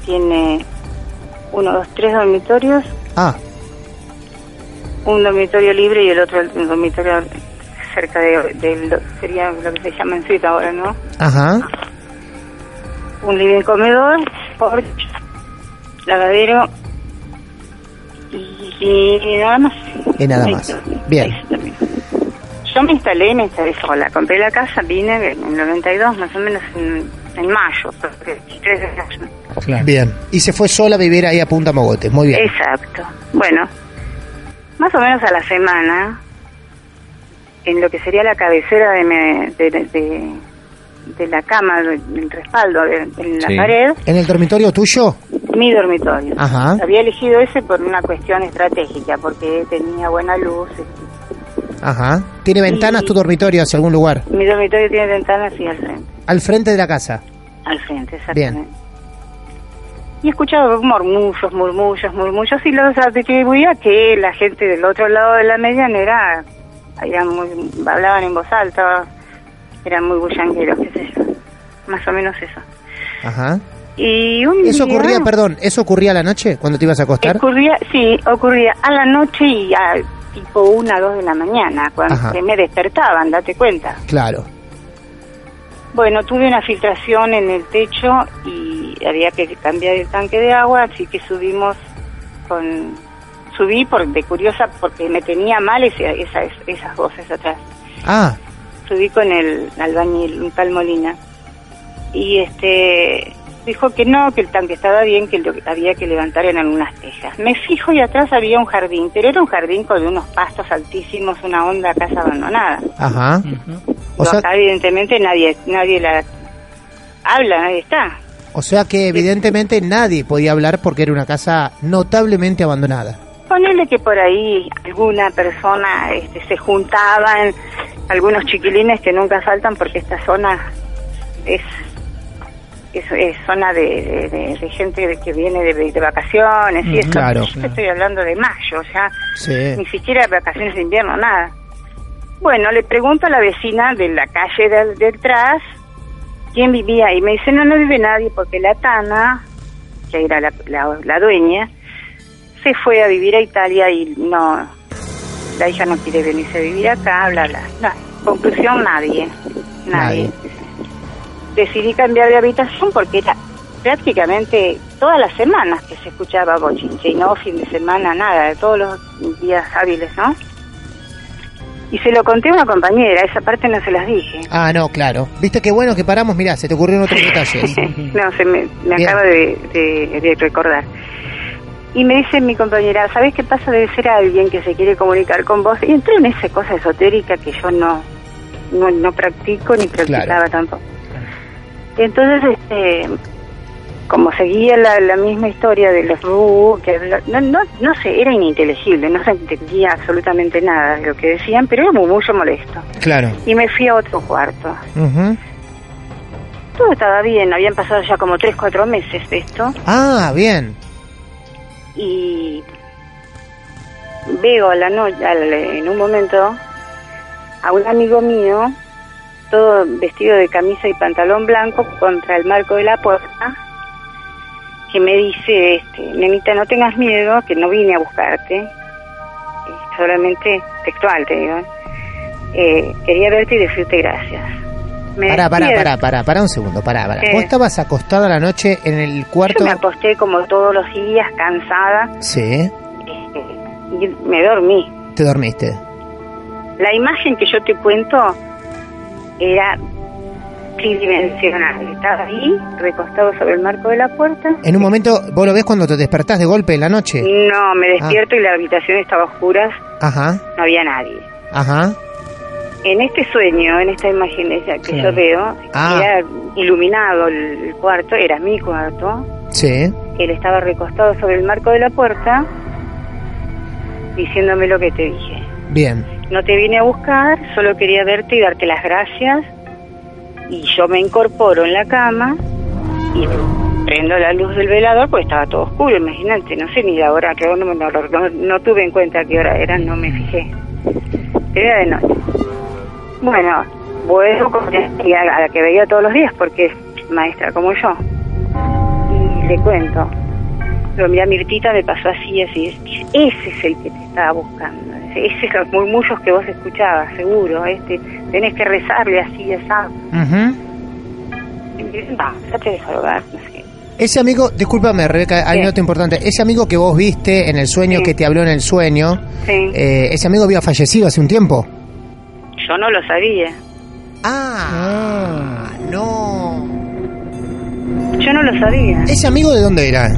Speaker 7: tiene uno, dos, tres dormitorios,
Speaker 3: Ah,
Speaker 7: un dormitorio libre y el otro un dormitorio cerca de, del do- sería lo que se llama en suite ahora, ¿no?
Speaker 3: ajá.
Speaker 7: Un living comedor, porche, lavadero y, y nada más.
Speaker 3: Y nada más. Bien.
Speaker 7: Yo me instalé, me instalé sola. Compré la casa, vine en el 92, más o menos en, en mayo, porque el 3 de mayo.
Speaker 5: Claro.
Speaker 3: Bien. Y se fue sola a vivir ahí a Punta Mogotes. Muy bien.
Speaker 7: Exacto. Bueno, más o menos a la semana, en lo que sería la cabecera de, me- de, de- de- de la cama, de- del respaldo, de- en la
Speaker 8: Sí.
Speaker 7: pared,
Speaker 3: ¿En el dormitorio tuyo?
Speaker 7: mi dormitorio.
Speaker 3: Ajá.
Speaker 7: Había elegido ese por una cuestión estratégica, porque tenía buena luz.
Speaker 3: Ajá. ¿Tiene ventanas
Speaker 7: Y-
Speaker 3: tu dormitorio hacia algún lugar?
Speaker 7: Mi dormitorio tiene ventanas y al frente.
Speaker 3: Al frente de la casa.
Speaker 7: Al frente, exactamente.
Speaker 3: Bien.
Speaker 7: Y escuchaba murmullos, murmullos, murmullos, y los atribuía que la gente del otro lado de la medianera eran muy, hablaban en voz alta, eran muy bullangueros, qué sé yo. Más o menos eso.
Speaker 3: Ajá.
Speaker 7: Y un
Speaker 3: ¿Eso
Speaker 7: día-
Speaker 3: ocurría, perdón, eso ocurría a la noche cuando te ibas a acostar?
Speaker 7: Ocurría, sí, ocurría a la noche y a tipo una, dos de la mañana, cuando
Speaker 3: Ajá.
Speaker 7: que me despertaban, date cuenta.
Speaker 3: Claro.
Speaker 7: Bueno, tuve una filtración en el techo y había que cambiar el tanque de agua, así que subimos con... Subí por, de curiosa porque me tenía mal ese- esas, esas voces atrás.
Speaker 3: Ah,
Speaker 7: Subí con el albañil, un tal Molina. Y este dijo que no, que el tanque estaba bien, que lo que había que levantar en algunas tejas. Me fijo y atrás había un jardín, pero era un jardín con unos pastos altísimos, una onda casa abandonada.
Speaker 3: ajá. O
Speaker 7: Pero
Speaker 3: sea,
Speaker 7: acá evidentemente nadie nadie la habla, nadie está.
Speaker 3: o sea que evidentemente nadie podía hablar porque era una casa notablemente abandonada.
Speaker 7: Ponele que por ahí alguna persona este, se juntaban, algunos chiquilines que nunca faltan porque esta zona es es, es zona de, de- de- de gente de- que viene de, de vacaciones y
Speaker 5: Mm,
Speaker 7: esto.
Speaker 3: claro.
Speaker 7: Yo estoy hablando de mayo, o sea,
Speaker 3: Sí.
Speaker 7: ni siquiera vacaciones de invierno, nada. Bueno, le pregunto a la vecina de la calle del detrás quién vivía ahí. Me dice, no, no vive nadie porque la Tana, que era la, la- la dueña, se fue a vivir a Italia y no, la hija no quiere venirse a vivir acá, bla, bla. No, conclusión, nadie, nadie.
Speaker 3: Nadie.
Speaker 7: Decidí cambiar de habitación porque era prácticamente todas las semanas que se escuchaba bochinche y no fin de semana, nada, de todos los días hábiles, ¿no? Y se lo conté a una compañera, esa parte no se las dije.
Speaker 3: Ah, no, claro. Viste qué bueno que paramos, mirá, se te ocurrieron otros detalles.
Speaker 7: No, se me, me
Speaker 3: Bien.
Speaker 7: acaba de, de- de recordar. Y me dice mi compañera, ¿sabes qué pasa? Debe ser alguien que se quiere comunicar con vos. Y entré en esa cosa esotérica que yo no, no, no practico ni practicaba tampoco. Entonces, este, como seguía la, la misma historia de los Ru, que habla- no, no, no sé, era ininteligible, no se entendía absolutamente nada de lo que decían, pero era muy, mucho molesto.
Speaker 3: Claro.
Speaker 7: Y me fui a otro cuarto.
Speaker 3: Ujú.
Speaker 7: Todo estaba bien, habían pasado ya como 3, 4 meses de esto
Speaker 3: Ah, bien.
Speaker 7: y veo a la noche, al- en un momento, a un amigo mío, todo vestido de camisa y pantalón blanco, contra el marco de la puerta, que me dice, este, nenita, no tengas miedo, que no vine a buscarte, Y solamente textual te digo, eh, quería verte y decirte gracias. Me
Speaker 3: Pará, pará,
Speaker 7: despierto.
Speaker 3: pará, pará, pará un segundo, pará, pará.
Speaker 7: Sí.
Speaker 3: Vos estabas acostada la noche en el cuarto.
Speaker 7: Yo me acosté como todos los días, cansada,
Speaker 3: Sí,
Speaker 7: este, y me dormí.
Speaker 3: te dormiste.
Speaker 7: La imagen que yo te cuento era tridimensional. Estaba ahí, recostado sobre el marco de la puerta.
Speaker 3: En un momento, vos lo ves cuando te despertás de golpe en la noche.
Speaker 7: No, me despierto y la habitación estaba a oscuras,
Speaker 3: Ajá,
Speaker 7: no había nadie.
Speaker 3: ajá.
Speaker 7: En este sueño, en esta imagen esa que yo
Speaker 5: Claro.
Speaker 7: veo,
Speaker 3: Ah.
Speaker 7: era iluminado el el cuarto, era mi cuarto.
Speaker 3: Sí.
Speaker 7: Él estaba recostado sobre el marco de la puerta, diciéndome lo que te dije.
Speaker 3: Bien,
Speaker 7: No te vine a buscar, solo quería verte y darte las gracias. Y yo me incorporo en la cama y prendo la luz del velador porque estaba todo oscuro, imagínate, no sé ni la hora, que no, no, no, no tuve en cuenta qué hora era, no me fijé. Era de noche. Bueno, vuelvo con ella, a la que veía todos los días porque es maestra como yo. Y Mm, le cuento. Pero mira, Mirtita me pasó así, así. Ese es el que te estaba buscando. Ese es los murmullos que vos escuchabas, seguro. Este, tenés que rezarle así, esa.
Speaker 3: Ujú.
Speaker 7: Va, ya te dejo hablar, no sé.
Speaker 3: Ese amigo, discúlpame, Rebeca, hay
Speaker 7: Sí.
Speaker 3: un dato importante. Ese amigo que vos viste en el sueño,
Speaker 7: Sí.
Speaker 3: que te habló en el sueño,
Speaker 7: Sí.
Speaker 3: eh, ese amigo había fallecido hace un tiempo.
Speaker 7: Yo no lo sabía.
Speaker 3: Ah, no.
Speaker 7: Yo no lo sabía.
Speaker 3: ¿Ese amigo de dónde era?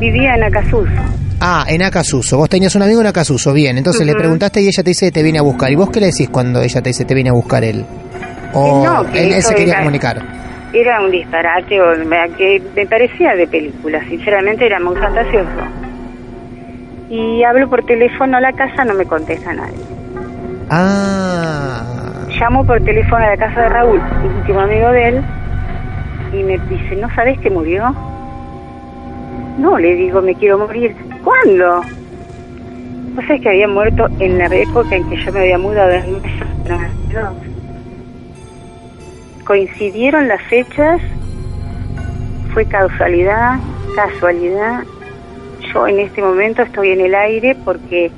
Speaker 7: Vivía en Acasuso.
Speaker 3: Ah, en Acasuso. Vos tenías un amigo en Acasuso, bien. Entonces le
Speaker 7: Ujú.
Speaker 3: preguntaste y ella te dice que te viene a buscar. ¿Y vos qué le decís cuando ella te dice te viene a buscar él? O
Speaker 7: Eh, no, que
Speaker 3: él, él
Speaker 7: eso
Speaker 3: se quería
Speaker 7: era-
Speaker 3: comunicar.
Speaker 7: Era un disparate o me- que me parecía de película, sinceramente era muy fantasioso. Y hablo por teléfono a la casa, no me contesta nadie.
Speaker 3: Ah.
Speaker 7: Llamo por teléfono a la casa de Raúl, íntimo amigo de él, y me dice, ¿no sabes que murió? No, le digo, me quiero morir. ¿Cuándo? Vos sabés que había muerto en la época en que yo me había mudado en 1992. Coincidieron las fechas, fue causalidad, casualidad. Yo en este momento estoy en el aire porque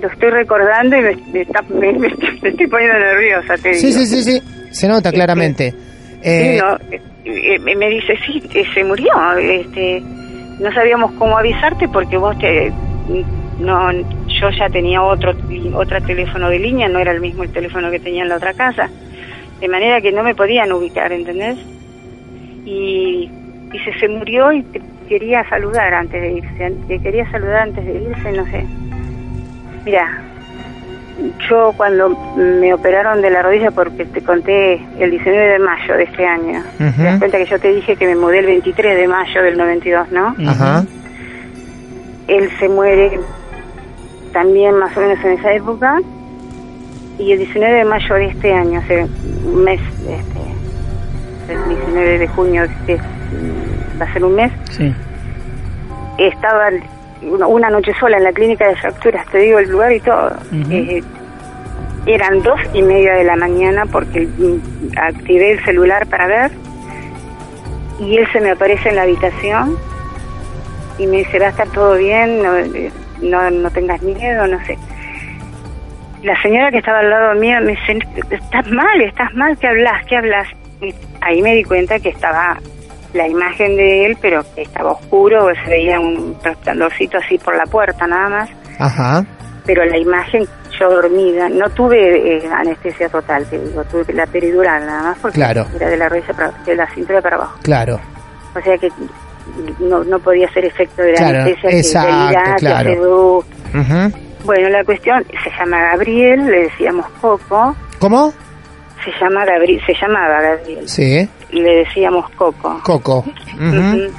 Speaker 7: lo estoy recordando y me, me está- me- me- me estoy poniendo nerviosa, te
Speaker 3: Sí,
Speaker 7: digo.
Speaker 3: sí, sí, sí. Se nota claramente. Eh,
Speaker 7: Sí, no, eh, eh, me dice, sí, eh, se murió. Este, no sabíamos cómo avisarte porque vos te... No, yo ya tenía otro otra teléfono de línea, no era el mismo el teléfono que tenía en la otra casa. De manera que no me podían ubicar, ¿entendés? Y dice, se murió y te quería saludar antes de irse. Te quería saludar antes de irse, no sé. Mira, yo cuando me operaron de la rodilla, porque te conté el 19 de mayo de este año,
Speaker 3: ujú,
Speaker 7: te das cuenta que yo te dije que me mudé el 23 de mayo del 92, ¿no?
Speaker 3: Ajá.
Speaker 7: Él se muere también más o menos en esa época y el 19 de mayo de este año, hace un mes, este, el 19 de junio, este, va a ser un mes,
Speaker 5: Sí.
Speaker 7: estaba una- una noche sola en la clínica de fracturas, te digo el lugar y todo.
Speaker 5: Ujú.
Speaker 7: Eh, eran dos y media de la mañana porque mm, activé el celular para ver y él se me aparece en la habitación y me dice, va a estar todo bien, no, eh, no, no tengas miedo, no sé. La señora que estaba al lado mío me dice, estás mal, estás mal, ¿qué hablas? ¿Qué hablas? Y ahí me di cuenta que estaba la imagen de él, pero que estaba oscuro, se veía un resplandorcito así por la puerta nada más,
Speaker 3: Ajá.
Speaker 7: pero la imagen yo dormida, no tuve eh, anestesia total, te digo, tuve la peridural nada más porque
Speaker 3: Claro.
Speaker 7: era de la, rodilla para- de la cintura para abajo.
Speaker 3: Claro.
Speaker 7: O sea que no, no podía hacer efecto de la
Speaker 3: Claro,
Speaker 7: anestesia, que
Speaker 3: exacto,
Speaker 7: delirás, te
Speaker 3: claro.
Speaker 7: hace du-
Speaker 3: Ujú.
Speaker 7: Bueno, la cuestión se llama Gabriel, le decíamos Coco,
Speaker 3: ¿Cómo?
Speaker 7: se llama Gabriel, se llamaba Gabriel,
Speaker 3: Sí.
Speaker 7: y le decíamos Coco.
Speaker 3: Coco. Ujú.
Speaker 7: Ujú.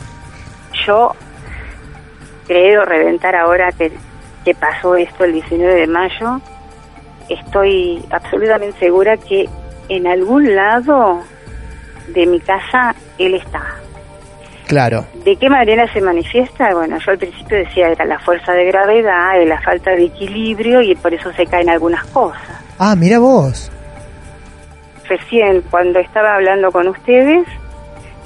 Speaker 7: Yo creo reventar ahora que, que pasó esto el 19 de mayo. Estoy absolutamente segura que en algún lado de mi casa él está.
Speaker 3: Claro.
Speaker 7: ¿De qué manera se manifiesta? Bueno, yo al principio decía era la fuerza de gravedad, de la falta de equilibrio y por eso se caen algunas cosas.
Speaker 3: Ah, mira vos.
Speaker 7: Recién cuando estaba hablando con ustedes,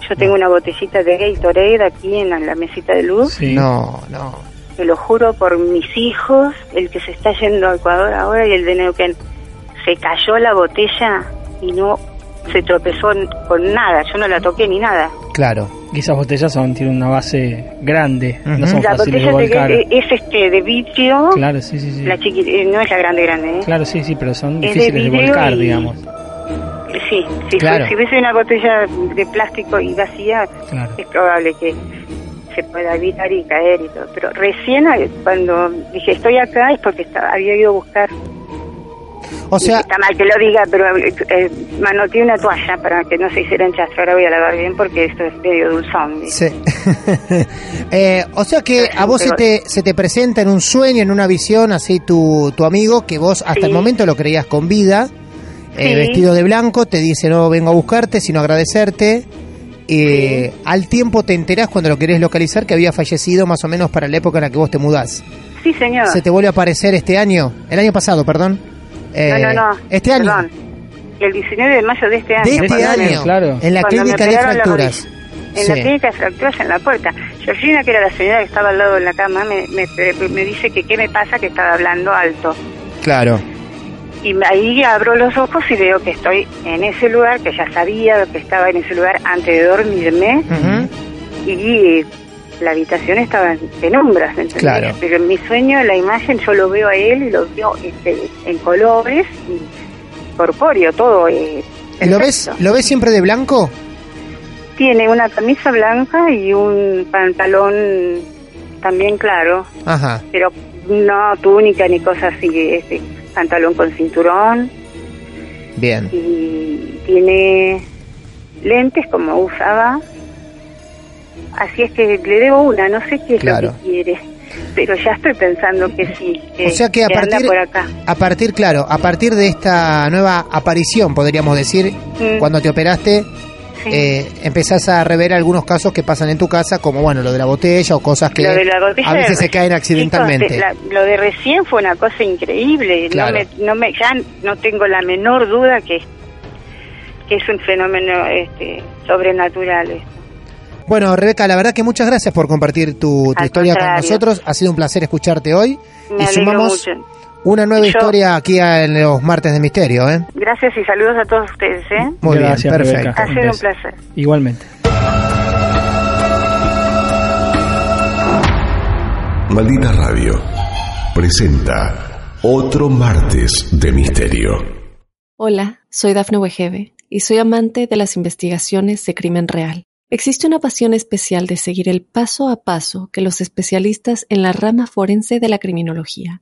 Speaker 7: yo tengo una botellita de Gatorade aquí en la- la mesita de luz.
Speaker 5: Sí.
Speaker 3: No, no.
Speaker 7: Te lo juro por mis hijos, el que se está yendo a Ecuador ahora y el de Neuquén. Se cayó la botella y no se tropezó n- con nada. Yo no la toqué ni nada.
Speaker 3: Claro.
Speaker 5: Y esas botellas son, tienen una base grande,
Speaker 3: Ujú.
Speaker 5: no son
Speaker 7: La
Speaker 5: fáciles
Speaker 7: botella
Speaker 5: de
Speaker 7: de
Speaker 5: volcar.
Speaker 7: Gatorade es este de vidrio.
Speaker 5: Claro, sí, sí, sí.
Speaker 7: La chiqui- eh, no es la grande grande, ¿eh?
Speaker 5: Claro, sí, sí, pero son
Speaker 7: Es de
Speaker 5: difíciles de,
Speaker 7: vidrio
Speaker 5: volcar,
Speaker 7: y-
Speaker 5: digamos.
Speaker 7: Sí, si,
Speaker 3: Claro.
Speaker 7: si hubiese una botella de plástico y vacía,
Speaker 5: Claro.
Speaker 7: es probable que se pueda evitar y caer y todo. Pero recién eh, cuando dije estoy acá es porque estaba- había ido a buscar
Speaker 3: O sea,
Speaker 7: Está mal que lo diga, pero eh, eh, manoteé una toalla para que no se hiciera enchastre. Ahora voy a lavar bien porque esto es medio dulzón. ¿viste?
Speaker 3: se- Eh, o sea que a vos se te, se te presenta en un sueño, en una visión, así tu, tu amigo, que vos hasta
Speaker 7: Sí.
Speaker 3: el momento lo creías con vida, eh,
Speaker 7: Sí.
Speaker 3: vestido de blanco, te dice no vengo a buscarte, sino a agradecerte, eh, al tiempo te enterás cuando lo querés localizar que había fallecido más o menos para la época en la que vos te mudás.
Speaker 7: Sí, señor.
Speaker 3: ¿Se te vuelve a aparecer este año? El año pasado, perdón. Eh,
Speaker 7: no, no, no.
Speaker 3: Este año.
Speaker 7: Perdón. El 19 de mayo de este año.
Speaker 3: De este
Speaker 7: perdón.
Speaker 3: año.
Speaker 5: claro.
Speaker 3: En la
Speaker 7: Cuando me
Speaker 3: clínica de
Speaker 7: operaron la
Speaker 3: fracturas.
Speaker 7: En la
Speaker 3: Sí.
Speaker 7: clínica de fracturas en la puerta. Georgina, que era la señora que estaba al lado en la cama, me, me, me dice que qué me pasa que estaba hablando alto.
Speaker 3: Claro.
Speaker 7: Y ahí abro los ojos y veo que estoy en ese lugar, que ya sabía que estaba en ese lugar antes de dormirme.
Speaker 3: Ujú.
Speaker 7: Y eh, la habitación estaba en penumbras, ¿entendés?
Speaker 3: Claro.
Speaker 7: Pero en mi sueño, en la imagen, yo lo veo a él y lo veo este, en colores, y corpóreo, todo. eh,
Speaker 3: ¿Lo ves,
Speaker 7: perfecto.
Speaker 3: ¿Lo ves siempre de blanco?
Speaker 7: Tiene una camisa blanca y un pantalón también claro,
Speaker 3: Ajá.
Speaker 7: pero no túnica ni cosas así, este, pantalón con cinturón
Speaker 3: Bien.
Speaker 7: y tiene lentes como usaba. Así es que le debo una, no sé qué es
Speaker 3: Claro.
Speaker 7: lo que quiere, pero ya estoy pensando que sí, que,
Speaker 3: O sea que a
Speaker 7: que anda
Speaker 3: partir,
Speaker 7: por acá.
Speaker 3: a partir, claro, a partir de esta nueva aparición, podríamos decir,
Speaker 7: Mm,
Speaker 3: cuando te operaste,
Speaker 7: sí.
Speaker 3: eh, empezás a rever algunos casos que pasan en tu casa, como bueno, lo de la botella o cosas que
Speaker 7: Lo de la botella
Speaker 3: a veces
Speaker 7: de-
Speaker 3: se caen accidentalmente.
Speaker 7: Chicos, de- la- lo de recién fue una cosa increíble.
Speaker 3: Claro.
Speaker 7: No me, no me, ya no tengo la menor duda que, que es un fenómeno este, sobrenatural. esto.
Speaker 3: Bueno, Rebeca, la verdad que muchas gracias por compartir tu, tu
Speaker 7: Al
Speaker 3: historia con
Speaker 7: contrario.
Speaker 3: nosotros. Ha sido un placer escucharte hoy.
Speaker 7: Me
Speaker 3: y
Speaker 7: alegro
Speaker 3: sumamos
Speaker 7: mucho.
Speaker 3: una nueva
Speaker 7: Yo-
Speaker 3: historia aquí a- en los martes de misterio, ¿eh?
Speaker 7: Gracias y saludos a todos ustedes. ¿eh?
Speaker 3: Muy
Speaker 5: Gracias,
Speaker 3: bien, perfecto.
Speaker 5: Rebeca.
Speaker 7: Ha sido un
Speaker 5: beso.
Speaker 7: placer.
Speaker 5: Igualmente.
Speaker 2: Malvina Radio presenta otro martes de misterio.
Speaker 1: Hola, soy Dafne Wegebe y soy amante de las investigaciones de crimen real. Existe una pasión especial de seguir el paso a paso que los especialistas en la rama forense de la criminología